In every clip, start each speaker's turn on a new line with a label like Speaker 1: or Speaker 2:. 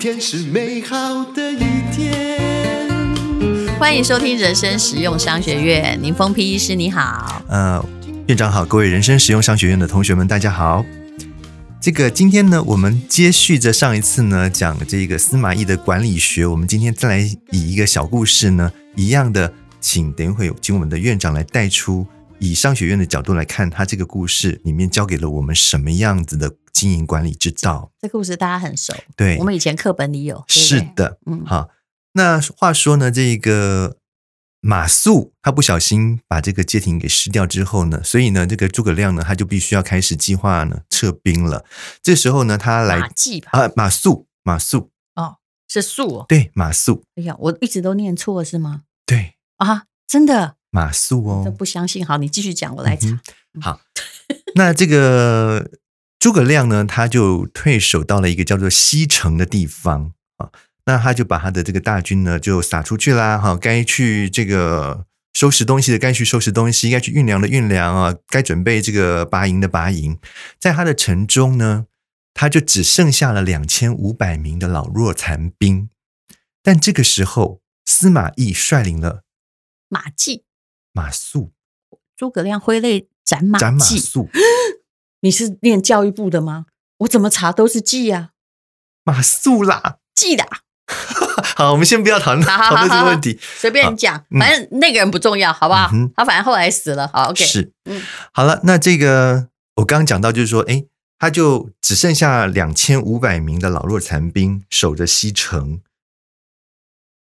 Speaker 1: 天是美好的一天。
Speaker 2: 欢迎收听人生实用商学院，林峰 P 医师你好。
Speaker 1: 呃，院长好，各位人生实用商学院的同学们，大家好。这个今天呢，我们接续着上一次呢讲这个司马懿的管理学，我们今天再来以一个小故事呢，一样的，请等一会请我们的院长来带出，以商学院的角度来看，他这个故事里面教给了我们什么样子的经营管理之道。
Speaker 2: 这故事大家很熟，
Speaker 1: 对，
Speaker 2: 我们以前课本里有。对不对
Speaker 1: 是，的，
Speaker 2: 嗯，
Speaker 1: 好，那话说呢，这个马谡他不小心把这个街亭给失掉之后呢，所以呢，这个诸葛亮呢，他就必须要开始计划呢撤兵了。这时候呢，他来
Speaker 2: 马季吧，
Speaker 1: 啊，马谡，马谡，
Speaker 2: 是树哦。
Speaker 1: 对，马谡，
Speaker 2: 哎呀，我一直都念错是吗？
Speaker 1: 对，
Speaker 2: 啊，真的，
Speaker 1: 马谡
Speaker 2: 都
Speaker 1: 哦。
Speaker 2: 不相信。好，你继续讲，我来查。
Speaker 1: 嗯哼好，那这个诸葛亮呢，他就退守到了一个叫做西城的地方啊。那他就把他的这个大军呢，就撒出去啦，哈，该去这个收拾东西的该去收拾东西，该去运粮的运粮啊，该准备这个拔营的拔营。在他的城中呢，他就只剩下了两千五百名的老弱残兵。但这个时候，司马懿率领了
Speaker 2: 马季，
Speaker 1: 马谡，
Speaker 2: 诸葛亮挥泪斩马
Speaker 1: 斩马
Speaker 2: 季。
Speaker 1: 谡，
Speaker 2: 你是念教育部的吗？我怎么查都是季呀、
Speaker 1: 马谡啦，
Speaker 2: 季的啊，
Speaker 1: 好，我们先不要讨论
Speaker 2: 好 好好
Speaker 1: 讨论这个问题。
Speaker 2: 随便你讲，
Speaker 1: 嗯
Speaker 2: 反正那个人不重要，好不好
Speaker 1: 嗯哼？
Speaker 2: 他反正后来死了，好，OK。
Speaker 1: 是，
Speaker 2: 嗯
Speaker 1: 好了，那这个我刚刚讲到，就是说，哎，他就只剩下两千五百名的老弱残兵守着西城。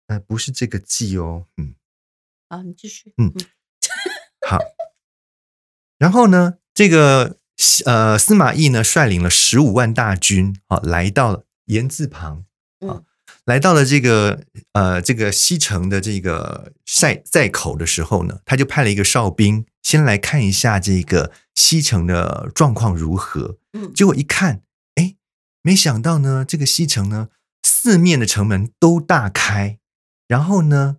Speaker 1: 呃，不是这个季哦，嗯，
Speaker 2: 好，你继续。
Speaker 1: 嗯好。然后呢，这个呃司马懿呢，率领了十五万大军，啊，来到了言字旁，
Speaker 2: 嗯
Speaker 1: 来到了这个呃这个西城的这个寨寨口的时候呢，他就派了一个哨兵先来看一下这个西城的状况如何。
Speaker 2: 嗯，
Speaker 1: 结果一看，哎，没想到呢，这个西城呢，四面的城门都大开，然后呢，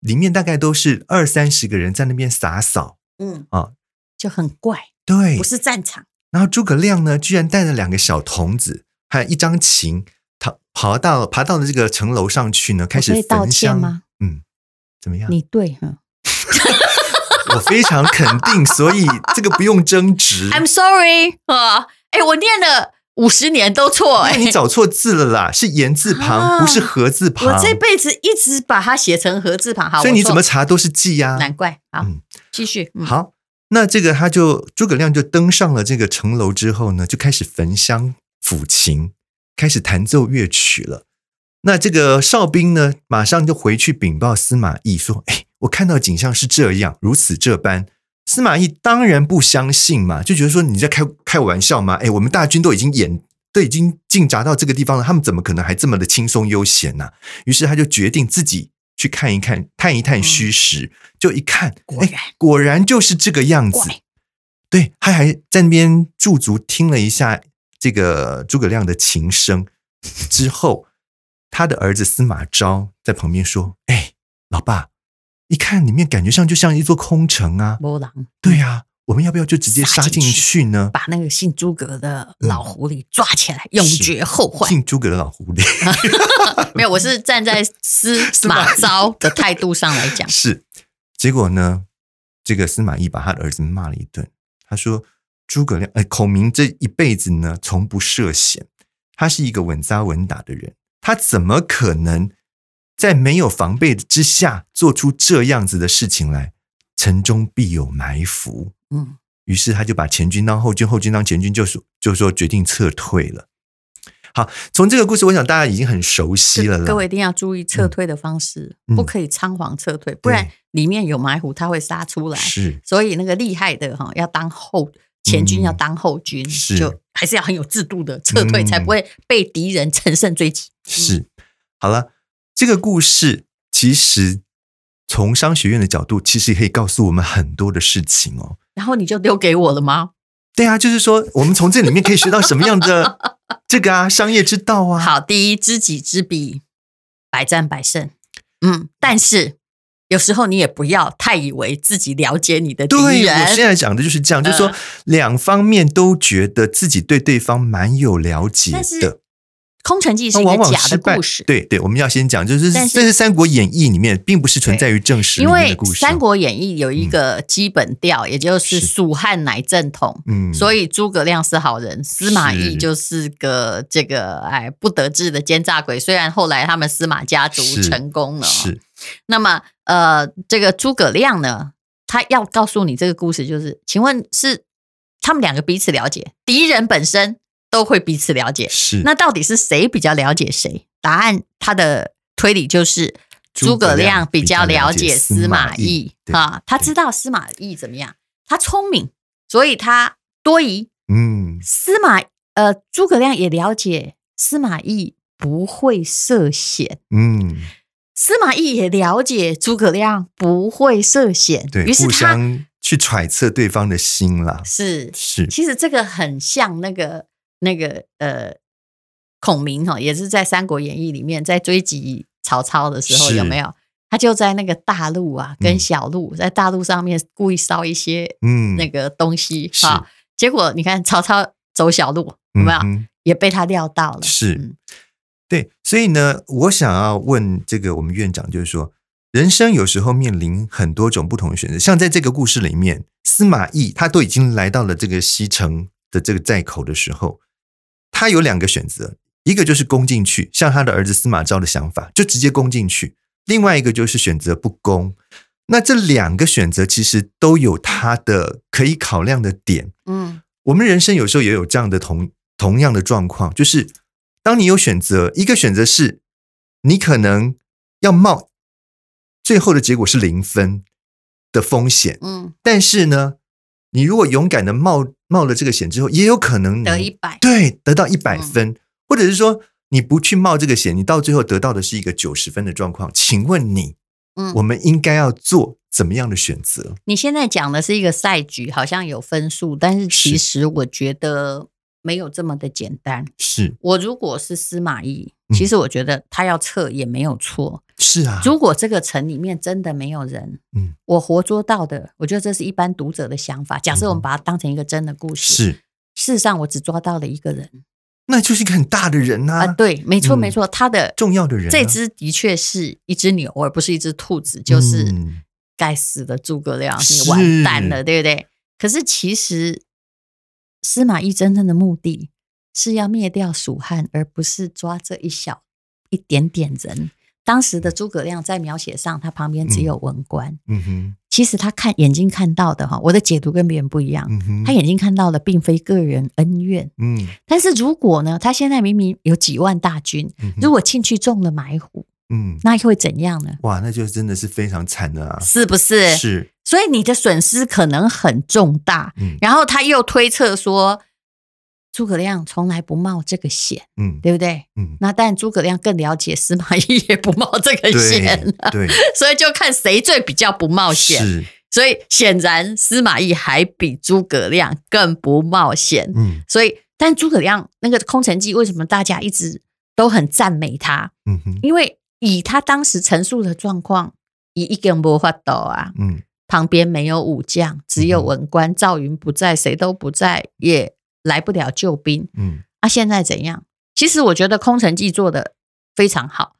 Speaker 1: 里面大概都是二三十个人在那边打扫。
Speaker 2: 嗯
Speaker 1: 啊，
Speaker 2: 就很怪，
Speaker 1: 对
Speaker 2: 不，是战场。
Speaker 1: 然后诸葛亮呢，居然带着两个小童子，还有一张琴，他爬到爬到了这个城楼上去呢，开始
Speaker 2: 我可以道
Speaker 1: 焚香
Speaker 2: 歉吗？
Speaker 1: 嗯，怎么样？
Speaker 2: 你对
Speaker 1: 嗯
Speaker 2: 哈
Speaker 1: 我非常肯定，所以这个不用争 执。
Speaker 2: ，I'm sorry 啊，哎，我念了五十年都错哎
Speaker 1: 那，你找错字了啦，是言字旁，
Speaker 2: 啊
Speaker 1: 不是禾字旁。
Speaker 2: 我这辈子一直把它写成禾字旁，好，
Speaker 1: 所以
Speaker 2: 我
Speaker 1: 你
Speaker 2: 错
Speaker 1: 怎么查都是记呀、
Speaker 2: 难怪好
Speaker 1: 嗯，
Speaker 2: 继续，嗯，
Speaker 1: 好，那这个他就诸葛亮就登上了这个城楼之后呢，就开始焚香抚琴，开始弹奏乐曲了。那这个哨兵呢，马上就回去禀报司马懿说：“哎，我看到景象是这样，如此这般。”司马懿当然不相信嘛，就觉得说你在开开我玩笑吗？哎，我们大军都已经演都已经进闸到这个地方了，他们怎么可能还这么的轻松悠闲呢、于是他就决定自己去看一看，探一探虚实。就一看，
Speaker 2: 嗯果
Speaker 1: 哎
Speaker 2: 然
Speaker 1: 果然就是这个样子
Speaker 2: 怪。
Speaker 1: 对，他还在那边驻足听了一下这个诸葛亮的琴声，之后他的儿子司马昭在旁边说：“哎，老爸，一看里面感觉上就像一座空城啊。
Speaker 2: 波浪
Speaker 1: 对呀、我们要不要就直接杀
Speaker 2: 杀进
Speaker 1: 进去呢？
Speaker 2: 把那个姓诸葛的
Speaker 1: 嗯
Speaker 2: 老狐狸抓起来，永绝 后患。
Speaker 1: 进诸葛的老狐狸。”，
Speaker 2: 没有，我是站在司马昭的态度上来讲
Speaker 1: 是，结果呢，这个司马懿把他的儿子骂了一顿。他说：“诸葛亮，呃，孔明这一辈子呢，从不涉险，他是一个稳扎稳打的人，他怎么可能在没有防备之下做出这样子的事情来？城中必有埋伏。”
Speaker 2: 嗯，
Speaker 1: 于是他就把前军当后军，后军当前军，就说就说决定撤退了。好，从这个故事，我想大家已经很熟悉了啦。
Speaker 2: 各位一定要注意撤退的方式，
Speaker 1: 嗯
Speaker 2: 不可以仓皇撤退，不然里面有埋伏，他会杀出来。
Speaker 1: 是
Speaker 2: 所以那个厉害的哈，要当后前军，
Speaker 1: 嗯
Speaker 2: 要当后军，
Speaker 1: 是
Speaker 2: 就还是要很有制度的撤退，
Speaker 1: 嗯
Speaker 2: 才不会被敌人乘胜追击。
Speaker 1: 是，好了，这个故事其实从商学院的角度，其实也可以告诉我们很多的事情哦。
Speaker 2: 然后你就丢给我了吗？
Speaker 1: 对啊，就是说我们从这里面可以学到什么 样的这个啊商业之道啊。
Speaker 2: 好，第一知己知彼，百战百胜。嗯，但是有时候你也不要太以为自己了解你的敌
Speaker 1: 对，我现
Speaker 2: 人。
Speaker 1: 在讲的就是这样，就是
Speaker 2: 嗯
Speaker 1: 说两方面都觉得自己对对方蛮有了解
Speaker 2: 但
Speaker 1: 的
Speaker 2: 是，空城计》是
Speaker 1: 那
Speaker 2: 一
Speaker 1: 往
Speaker 2: 个
Speaker 1: 往
Speaker 2: 假
Speaker 1: 失
Speaker 2: 的
Speaker 1: 败
Speaker 2: 故事，，
Speaker 1: 对对，我们要先讲，就是
Speaker 2: 但
Speaker 1: 这
Speaker 2: 是
Speaker 1: 是《三国演义》里面，并不是存在于正史里
Speaker 2: 因
Speaker 1: 面
Speaker 2: 为
Speaker 1: 的故
Speaker 2: 《
Speaker 1: 事。啊嗯
Speaker 2: 三，国演义》有一个基本调，也就是
Speaker 1: 是
Speaker 2: 蜀汉乃正统。
Speaker 1: 嗯，
Speaker 2: 所
Speaker 1: 以
Speaker 2: 以诸葛亮是好人，司马懿
Speaker 1: 是
Speaker 2: 就是个这个哎不得志的奸诈鬼。虽然后来他们司马家族
Speaker 1: 是
Speaker 2: 成功了哦，
Speaker 1: 是
Speaker 2: 那么呃，这个诸葛亮呢，他要告诉你这个故事就是，请问是他们两个彼此了解，敌人本身都会彼此了解，
Speaker 1: 是，
Speaker 2: 那到底是谁比较了解谁？答案他的推理就是诸
Speaker 1: 诸葛
Speaker 2: 葛亮
Speaker 1: 亮
Speaker 2: 比
Speaker 1: 比
Speaker 2: 较
Speaker 1: 较
Speaker 2: 了
Speaker 1: 了
Speaker 2: 解
Speaker 1: 解
Speaker 2: 司
Speaker 1: 司
Speaker 2: 马
Speaker 1: 马
Speaker 2: 懿
Speaker 1: 懿
Speaker 2: 啊，他知道司马懿怎么样，他聪明，所以他多疑。
Speaker 1: 嗯，
Speaker 2: 司马呃，诸葛亮也了解司马懿不会涉险。
Speaker 1: 嗯，
Speaker 2: 司马懿也了解诸葛亮不会涉险，
Speaker 1: 对，
Speaker 2: 于是
Speaker 1: 互
Speaker 2: 他
Speaker 1: 相去揣测对方的心啦。
Speaker 2: 是
Speaker 1: 是，
Speaker 2: 其实这个很像那个那个呃，孔明哈、哦，也是在《三国演义》里面在追击曹操的时候，
Speaker 1: 是
Speaker 2: 有没有？他就在那个大路啊，跟
Speaker 1: 嗯
Speaker 2: 小路、在大路上面故意烧一些
Speaker 1: 嗯，
Speaker 2: 那个东西
Speaker 1: 是
Speaker 2: 哈、结果你看曹操走小路有没有、
Speaker 1: 嗯哼
Speaker 2: 也被他料到了？
Speaker 1: 是
Speaker 2: 嗯
Speaker 1: 对，所以呢，我想要问这个我们院长，就是说，人生有时候面临很多种不同的选择，像在这个故事里面，司马懿他都已经来到了这个西城的这个寨口的时候，他有两个选择，一个就是攻进去，像他的儿子司马昭的想法，就直接攻进去；另外一个就是选择不攻。那这两个选择其实都有它的可以考量的点，
Speaker 2: 嗯
Speaker 1: 我们人生有时候也有这样的同同样的状况，就是当你有选择，一个选择是你可能要冒最后的结果是零分的风险，
Speaker 2: 嗯，
Speaker 1: 但是呢，你如果勇敢的冒冒了这个险之后，也有可能
Speaker 2: 得
Speaker 1: 能
Speaker 2: 一百，
Speaker 1: 对得到一百
Speaker 2: 嗯
Speaker 1: 分，或者是说你不去冒这个险，你到最后得到的是一个九十分的状况。请问你，
Speaker 2: 嗯
Speaker 1: 我们应该要做怎么样的选择？
Speaker 2: 你现在讲的是一个赛局，好像有分数，但是其
Speaker 1: 是
Speaker 2: 实我觉得没有这么的简单。
Speaker 1: 是
Speaker 2: 我如果是司马懿，
Speaker 1: 嗯
Speaker 2: 其实我觉得他要撤也没有错。
Speaker 1: 是啊，
Speaker 2: 如果这个城里面真的没有人，
Speaker 1: 嗯，
Speaker 2: 我活捉到的，我觉得这是一般读者的想法。假设
Speaker 1: 嗯哼
Speaker 2: 我们把它当成一个真的故事，
Speaker 1: 是，
Speaker 2: 事实上我只抓到了一个人
Speaker 1: 那就是一个很大的人呐、
Speaker 2: 啊对，没错
Speaker 1: 嗯
Speaker 2: 没错，他的
Speaker 1: 重要的人啊、
Speaker 2: 这只的确是一只牛，而不是一只兔子，就是。
Speaker 1: 嗯
Speaker 2: 该死的诸葛亮，你
Speaker 1: 是
Speaker 2: 完蛋了，对不对？可是其实司马懿真正的目的是要灭掉蜀汉，而不是抓这一小一点点人。当时的诸葛亮在描写上，他旁边只有文官。
Speaker 1: 嗯哼，
Speaker 2: 其实他看眼睛看到的哈，我的解读跟别人不一样。
Speaker 1: 嗯哼，
Speaker 2: 他眼睛看到的并非个人恩怨，
Speaker 1: 嗯，
Speaker 2: 但是如果呢，他现在明明有几万大军，
Speaker 1: 嗯哼
Speaker 2: 如果进去中了埋伏，
Speaker 1: 嗯，
Speaker 2: 那会怎样呢？
Speaker 1: 哇，那就真的是非常惨的啊，
Speaker 2: 是不是？
Speaker 1: 是，
Speaker 2: 所以你的损失可能很重大。
Speaker 1: 嗯
Speaker 2: 然后他又推测说，诸葛亮从来不冒这个险，
Speaker 1: 嗯
Speaker 2: 对不对？
Speaker 1: 嗯，
Speaker 2: 那但诸葛亮更了解司马懿也不冒这个
Speaker 1: 对
Speaker 2: 险，啊
Speaker 1: 对，
Speaker 2: 所以就看谁最比较不冒险。
Speaker 1: 是，
Speaker 2: 所以显然司马懿还比诸葛亮更不冒险。
Speaker 1: 嗯
Speaker 2: 所以，但诸葛亮那个《空城计》为什么大家一直都很赞美他？
Speaker 1: 嗯哼，
Speaker 2: 因为以他当时陈述的状况，以一根无法度啊，
Speaker 1: 嗯
Speaker 2: 旁边没有武将，只有文官，赵云不在，谁都不在，也来不了救兵。
Speaker 1: 嗯
Speaker 2: 啊，现在怎样？其实我觉得《空城计》做的非常好。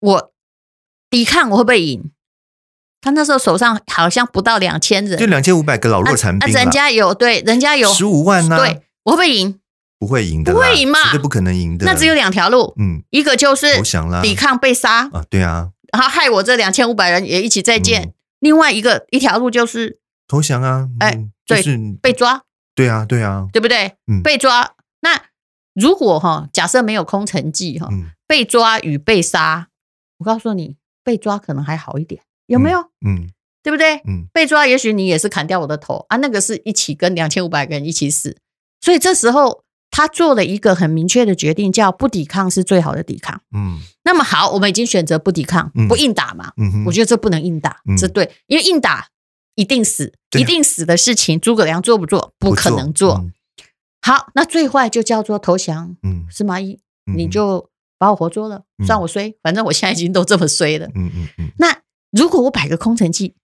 Speaker 2: 我抵抗我会不会赢？他那时候手上好像不到两千人，
Speaker 1: 就两千五百个老
Speaker 2: 啊
Speaker 1: 弱残
Speaker 2: 啊
Speaker 1: 兵啦，
Speaker 2: 人家有对，人家有
Speaker 1: 十五万呢，
Speaker 2: 对，我会不会赢？
Speaker 1: 不会赢的啦，
Speaker 2: 不会赢嘛
Speaker 1: 绝对不可能赢的，
Speaker 2: 那只有两条路，
Speaker 1: 嗯
Speaker 2: 一个就是
Speaker 1: 投降啦
Speaker 2: 抵抗被杀，
Speaker 1: 啊，对啊，
Speaker 2: 然后害我这两千五百人也一起再见；
Speaker 1: 嗯
Speaker 2: 另外一个一条路就是
Speaker 1: 投降啊，
Speaker 2: 哎
Speaker 1: 嗯
Speaker 2: 对
Speaker 1: 就是
Speaker 2: 被抓，
Speaker 1: 对啊，对啊，
Speaker 2: 对不对？
Speaker 1: 嗯
Speaker 2: 被抓。那如果哈、假设没有空城计哈、
Speaker 1: 嗯
Speaker 2: 被抓与被杀，我告诉你，被抓可能还好一点，有没有？
Speaker 1: 嗯
Speaker 2: 对不对？
Speaker 1: 嗯
Speaker 2: 被抓，也许你也是砍掉我的头啊，那个是一起跟两千五百个人一起死。所以这时候他做了一个很明确的决定，叫不抵抗是最好的抵抗。
Speaker 1: 嗯
Speaker 2: 那么好，我们已经选择不抵抗，
Speaker 1: 嗯
Speaker 2: 不硬打嘛。
Speaker 1: 嗯哼，
Speaker 2: 我觉得这不能硬打，
Speaker 1: 嗯
Speaker 2: 这对，因为硬打一定死，
Speaker 1: 对啊
Speaker 2: 一定死的事情，诸葛亮做不做？不可能做。
Speaker 1: 嗯
Speaker 2: 好，那最坏就叫做投降
Speaker 1: 嗯，
Speaker 2: 司马懿，
Speaker 1: 嗯
Speaker 2: 你就把我活捉了，
Speaker 1: 嗯
Speaker 2: 算我衰，反正我现在已经都这么衰了。
Speaker 1: 嗯嗯嗯
Speaker 2: 那如果我摆个空城计，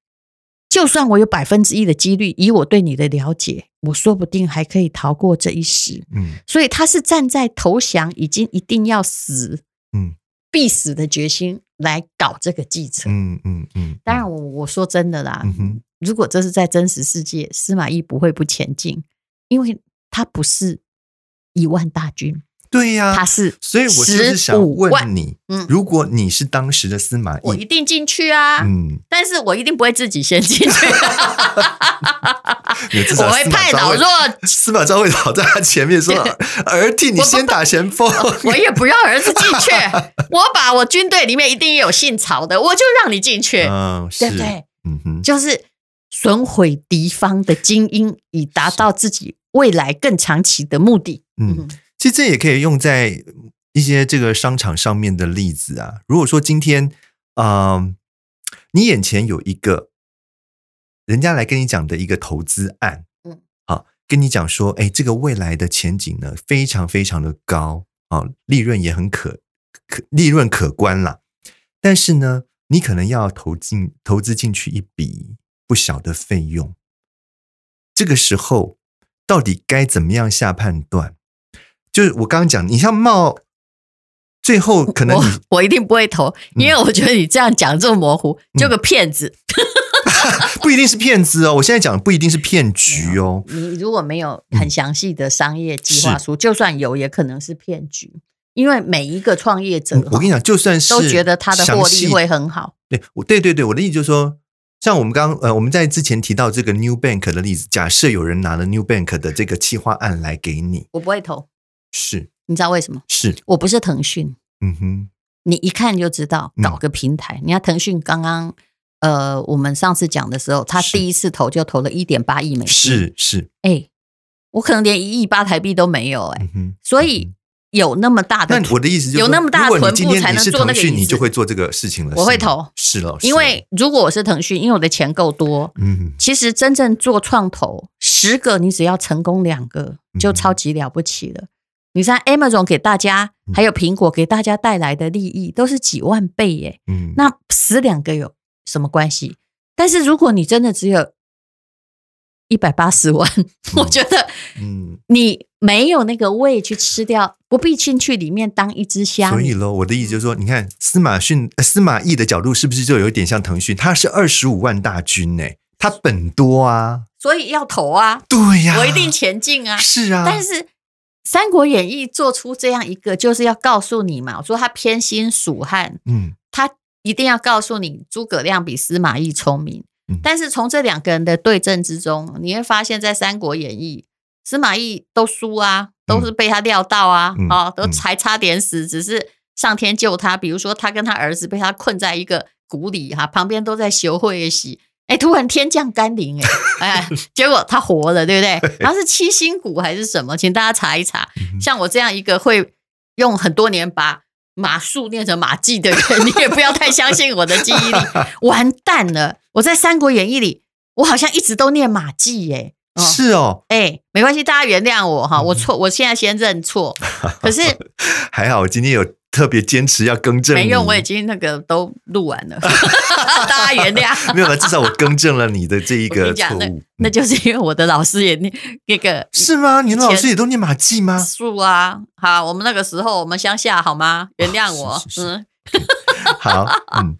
Speaker 2: 就算我有百分之一的几率，以我对你的了解，我说不定还可以逃过这一时。
Speaker 1: 嗯
Speaker 2: 所以他是站在投降已经一定要死，
Speaker 1: 嗯，
Speaker 2: 必死的决心来搞这个继承。
Speaker 1: 嗯嗯嗯，
Speaker 2: 当然我，我说真的啦，
Speaker 1: 嗯哼
Speaker 2: 如果这是在真实世界，司马懿不会不前进，因为他不是一万大军，
Speaker 1: 对呀、
Speaker 2: 他是
Speaker 1: 所以我就是想
Speaker 2: 15
Speaker 1: 问
Speaker 2: 万
Speaker 1: 你，
Speaker 2: 嗯
Speaker 1: 如果你是当时的司马
Speaker 2: 我
Speaker 1: 懿，
Speaker 2: 一定进去啊，
Speaker 1: 嗯，
Speaker 2: 但是我一定不会自己先 进去，
Speaker 1: 有至
Speaker 2: 我
Speaker 1: 少
Speaker 2: 会
Speaker 1: 司马
Speaker 2: 派
Speaker 1: 昭
Speaker 2: 老
Speaker 1: 会
Speaker 2: 弱，
Speaker 1: 司马昭会跑在他前 面说：“儿弟，你先打前锋。
Speaker 2: 我也不让儿子进 去，我把我军队里面一定也有姓曹的，我就让你进”去，
Speaker 1: 嗯，
Speaker 2: 对
Speaker 1: 是
Speaker 2: 不，对？
Speaker 1: 嗯哼，
Speaker 2: 就是损毁敌方的精英，以达到自己未来更长期的目的。
Speaker 1: 嗯，，其实这也可以用在一些这个商场上面的例子啊。如果说今天，嗯、你眼前有一个人家来跟你讲的一个投资案，嗯
Speaker 2: 嗯，
Speaker 1: 啊，跟你讲说，哎，这个未来的前景呢，非常非常的高啊，利润也很可可利润可观啦。但是呢，你可能要投进投资进去一笔不小的费用。这个时候到底该怎么样下判断？就是我刚刚讲，你像冒，最后可能
Speaker 2: 我
Speaker 1: 你嗯
Speaker 2: 我一 定不会投，因为我觉得你这样讲这么模糊，就个骗子。
Speaker 1: 不一定是骗子哦。我现在讲的不一定是骗局哦。
Speaker 2: 你如果没有
Speaker 1: 嗯
Speaker 2: 很详细的商业计划书，就算有，也可能是骗局。因为每一个创业者，
Speaker 1: 我跟你讲，就算
Speaker 2: 嗯
Speaker 1: 是
Speaker 2: 都觉得他的获
Speaker 1: 详
Speaker 2: 利
Speaker 1: 细
Speaker 2: 会很好。
Speaker 1: 对，我对对对，我的意思就是说，像我们刚呃，我们在之前提到这个 New Bank 的例子，假设有人拿了 New Bank 的这个企划案来给你，
Speaker 2: 我不会投，
Speaker 1: 是
Speaker 2: 你知道为什么？
Speaker 1: 是，
Speaker 2: 我不是腾讯，
Speaker 1: 嗯哼，
Speaker 2: 你一看就知道
Speaker 1: 嗯
Speaker 2: 搞个平台。你看腾讯刚刚呃，我们上次讲的时候，他
Speaker 1: 是
Speaker 2: 第一次投就投了一点八亿美金，
Speaker 1: 是是，
Speaker 2: 哎、我可能连一亿八台币都没有哎、
Speaker 1: 嗯哼。
Speaker 2: 所以有那么大的
Speaker 1: 那我的意思就是说，
Speaker 2: 有那么大
Speaker 1: 如
Speaker 2: 的
Speaker 1: 果
Speaker 2: 臀
Speaker 1: 你今
Speaker 2: 部才
Speaker 1: 天你
Speaker 2: 能
Speaker 1: 是
Speaker 2: 做那
Speaker 1: 腾
Speaker 2: 个
Speaker 1: 讯，
Speaker 2: 椅
Speaker 1: 你
Speaker 2: 子
Speaker 1: 就会做这个事情了。
Speaker 2: 我会
Speaker 1: 是吗
Speaker 2: 投
Speaker 1: 是了，是
Speaker 2: 因
Speaker 1: 了
Speaker 2: 为如果我是腾讯，因为我的钱够多，
Speaker 1: 嗯
Speaker 2: 其实真正做创投，十个你只要成功两个，
Speaker 1: 嗯
Speaker 2: 就超级了不起了。你像 Amazon 给大家，
Speaker 1: 嗯
Speaker 2: 还有苹果给大家带来的利益，都是几万倍耶。
Speaker 1: 嗯，
Speaker 2: 那死两个有什么关系？但是如果你真的只有一百八十万，我觉得
Speaker 1: 嗯，
Speaker 2: 你没有那个胃去吃掉，不必进去里面当一只虾
Speaker 1: 所以
Speaker 2: 米。
Speaker 1: 喽，我的意思就是说，你看司马逊、呃司马懿的角度是不是就有一点像腾讯？他是二十五万大军呢、他本多啊，
Speaker 2: 所以要投啊，
Speaker 1: 对呀、
Speaker 2: 我一定前进啊。
Speaker 1: 是啊，
Speaker 2: 但是《三国演义》做出这样一个，就是要告诉你嘛，我说他偏心蜀汉，
Speaker 1: 嗯
Speaker 2: 他一定要告诉你诸葛亮比司马懿聪明
Speaker 1: 嗯。
Speaker 2: 但是从这两个人的对阵之中，你会发现在《三国演义》，司马懿都输啊，都是被他料到啊，
Speaker 1: 嗯
Speaker 2: 哦，都
Speaker 1: 嗯
Speaker 2: 还差点死，只是上天救他。比如说，他跟他儿子被他困在一个谷里哈、旁边都在修会洗。哎，突然天降甘霖，哎 哎，结果他活了，对 不对？然后是七星谷还是什么？请大家查一查。
Speaker 1: 嗯哼
Speaker 2: 像我这样一个会用很多年把马术念成马季的人， 你也不要太相信我的记 忆力，完蛋了！我在《三国演义》里，我好像一直都念马季耶、哦，
Speaker 1: 是哦，
Speaker 2: 哎、没关系，大家原谅我哈，
Speaker 1: 嗯
Speaker 2: 我错，我现在先认 错。可是
Speaker 1: 还好我今天有特别坚持要更正你，
Speaker 2: 没用，我已经那个都录完了， 大家原谅。
Speaker 1: 没有了，至少我更正了你的这 一
Speaker 2: 我跟
Speaker 1: 个
Speaker 2: 你讲
Speaker 1: 错误，
Speaker 2: 那
Speaker 1: 嗯
Speaker 2: 就是因为我的老师也念那个
Speaker 1: 是吗？你的老
Speaker 2: 以前
Speaker 1: 师也都念马季 吗？
Speaker 2: 树啊，好，我们那个时候我们乡下好吗？原谅我，
Speaker 1: 是是是
Speaker 2: 嗯。
Speaker 1: 好，嗯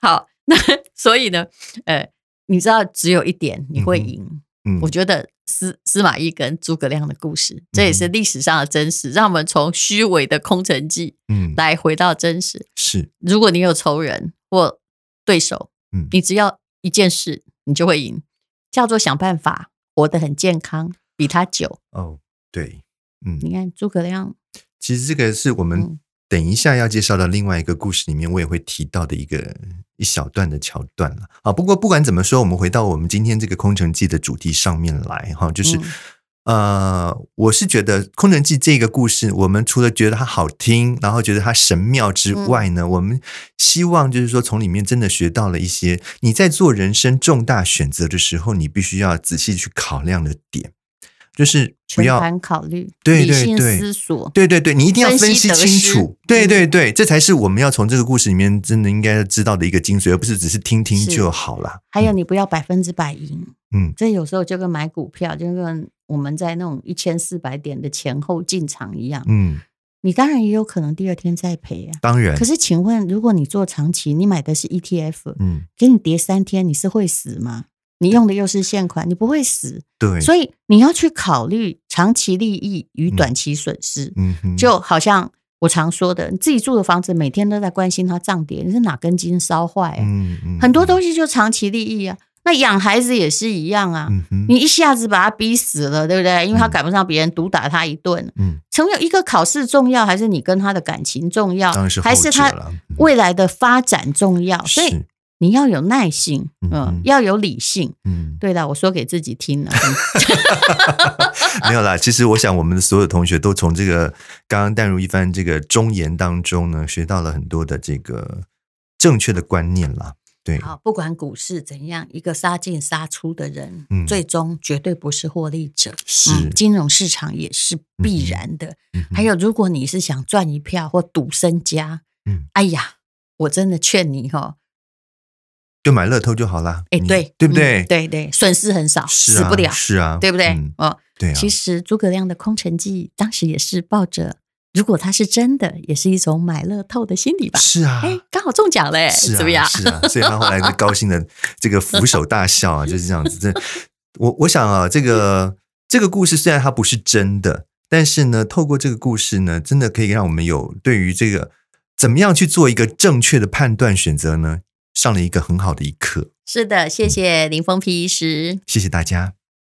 Speaker 2: 好，那 所以呢，呃，你知道只有一点你会赢，
Speaker 1: 嗯，
Speaker 2: 我觉得司司马懿跟诸葛亮的故事，这也
Speaker 1: 嗯
Speaker 2: 是历史上的真实，让我们从虚伪的空城计
Speaker 1: 嗯
Speaker 2: 来回到真实。
Speaker 1: 是
Speaker 2: 如果你有仇人或对手，
Speaker 1: 嗯
Speaker 2: 你只要一件事，你就会赢，叫做想办法活得很健康，比他久。
Speaker 1: 哦，对，嗯，
Speaker 2: 你看诸葛亮，
Speaker 1: 其实这个是我们
Speaker 2: 嗯
Speaker 1: 等一下要介绍的另外一个故事里面，我也会提到的一个一小段的桥段了。啊，不过不管怎么说，我们回到我们今天这个《空城计》的主题上面来哈，就是、呃，我是觉得《空城计》这个故事，我们除了觉得它好听，然后觉得它神妙之外呢，我们希望就是说从里面真的学到了一些你在做人生重大选择的时候，你必须要仔细去考量的点。就是不
Speaker 2: 全
Speaker 1: 要
Speaker 2: 盘考虑，
Speaker 1: 对对
Speaker 2: 理性
Speaker 1: 对
Speaker 2: 思索，
Speaker 1: 对对对，你一定要分
Speaker 2: 分析
Speaker 1: 析
Speaker 2: 得
Speaker 1: 清
Speaker 2: 失
Speaker 1: 楚，对
Speaker 2: 嗯
Speaker 1: 对对，这才是我们要从这个故事里面真的应该知道的一个精髓，而不是只是听听
Speaker 2: 是
Speaker 1: 就好啦。
Speaker 2: 还有你不要百分之百赢。
Speaker 1: 嗯
Speaker 2: 这有时候就跟买股票，就跟我们在那种一千四百点的前后进场一样，
Speaker 1: 嗯，
Speaker 2: 你当然也有可能第二天再赔啊。
Speaker 1: 当然
Speaker 2: 可，是，请问，如果你做长期，你买的是 ETF，
Speaker 1: 嗯，
Speaker 2: 给你跌三天，你是会死吗？你用的又是现款，你不会死，
Speaker 1: 对，
Speaker 2: 所以你要去考虑长期利益与
Speaker 1: 嗯
Speaker 2: 短期损失。
Speaker 1: 嗯哼，
Speaker 2: 就好像我常说的，你自己住的房子每天都在关心它涨跌，你是哪根筋烧坏、啊？
Speaker 1: 嗯嗯，
Speaker 2: 很多
Speaker 1: 西，
Speaker 2: 东西就长期利益啊。那养孩子也是一样啊，
Speaker 1: 嗯哼，
Speaker 2: 你一下子把他逼死了，对不对？因为他
Speaker 1: 嗯
Speaker 2: 赶不上别人，毒打他一顿。
Speaker 1: 嗯，
Speaker 2: 成为一个考试重要，还是你跟他的感情重要？
Speaker 1: 当然是
Speaker 2: 还
Speaker 1: 后
Speaker 2: 是
Speaker 1: 者
Speaker 2: 他
Speaker 1: 了嗯
Speaker 2: 未来的发展重要？所以
Speaker 1: 是
Speaker 2: 你要有耐心，
Speaker 1: 嗯
Speaker 2: 嗯，
Speaker 1: 嗯
Speaker 2: 要有理性。
Speaker 1: 嗯，
Speaker 2: 对的，我说给自己听了。
Speaker 1: 没有啦。其实我想，我们的所有同学都从这个刚刚淡如一番这个忠言当中呢，学到了很多的这个正确的观念啦。对，
Speaker 2: 好，不管股市怎样，一个杀进杀出的人，
Speaker 1: 嗯
Speaker 2: 最终绝对不是获利者。
Speaker 1: 是
Speaker 2: 嗯金融市场也是必然的。
Speaker 1: 嗯哼
Speaker 2: 还有，如果你是想赚一票或赌身家，
Speaker 1: 嗯
Speaker 2: 哎呀，我真的劝你哈、哦，
Speaker 1: 就买乐透就好啦。
Speaker 2: 哎，
Speaker 1: 你
Speaker 2: 对，
Speaker 1: 对不
Speaker 2: 嗯
Speaker 1: 对？，
Speaker 2: 对对，损失很少，
Speaker 1: 是
Speaker 2: 死
Speaker 1: 啊，
Speaker 2: 不了，
Speaker 1: 是啊，
Speaker 2: 对不对
Speaker 1: 嗯？
Speaker 2: 哦，
Speaker 1: 对啊，
Speaker 2: 其实诸葛亮的空城计当时也是抱着，如果他是真的，也是一种买乐透的心理吧。
Speaker 1: 是啊。
Speaker 2: 哎，刚好中奖嘞，
Speaker 1: 是
Speaker 2: 怎么
Speaker 1: 啊，
Speaker 2: 样？
Speaker 1: 是啊，所以他后来就高兴的这个俯首大笑 啊，就是这样子。这我我想啊，这个这个故事虽然它不是真的，但是呢，透过这个故事呢，真的可以让我们有对于这个怎么样去做一个正确的判断选择呢，上了一个很好的一课。嗯
Speaker 2: 是的，谢谢林峰皮医师。
Speaker 1: 谢谢大家。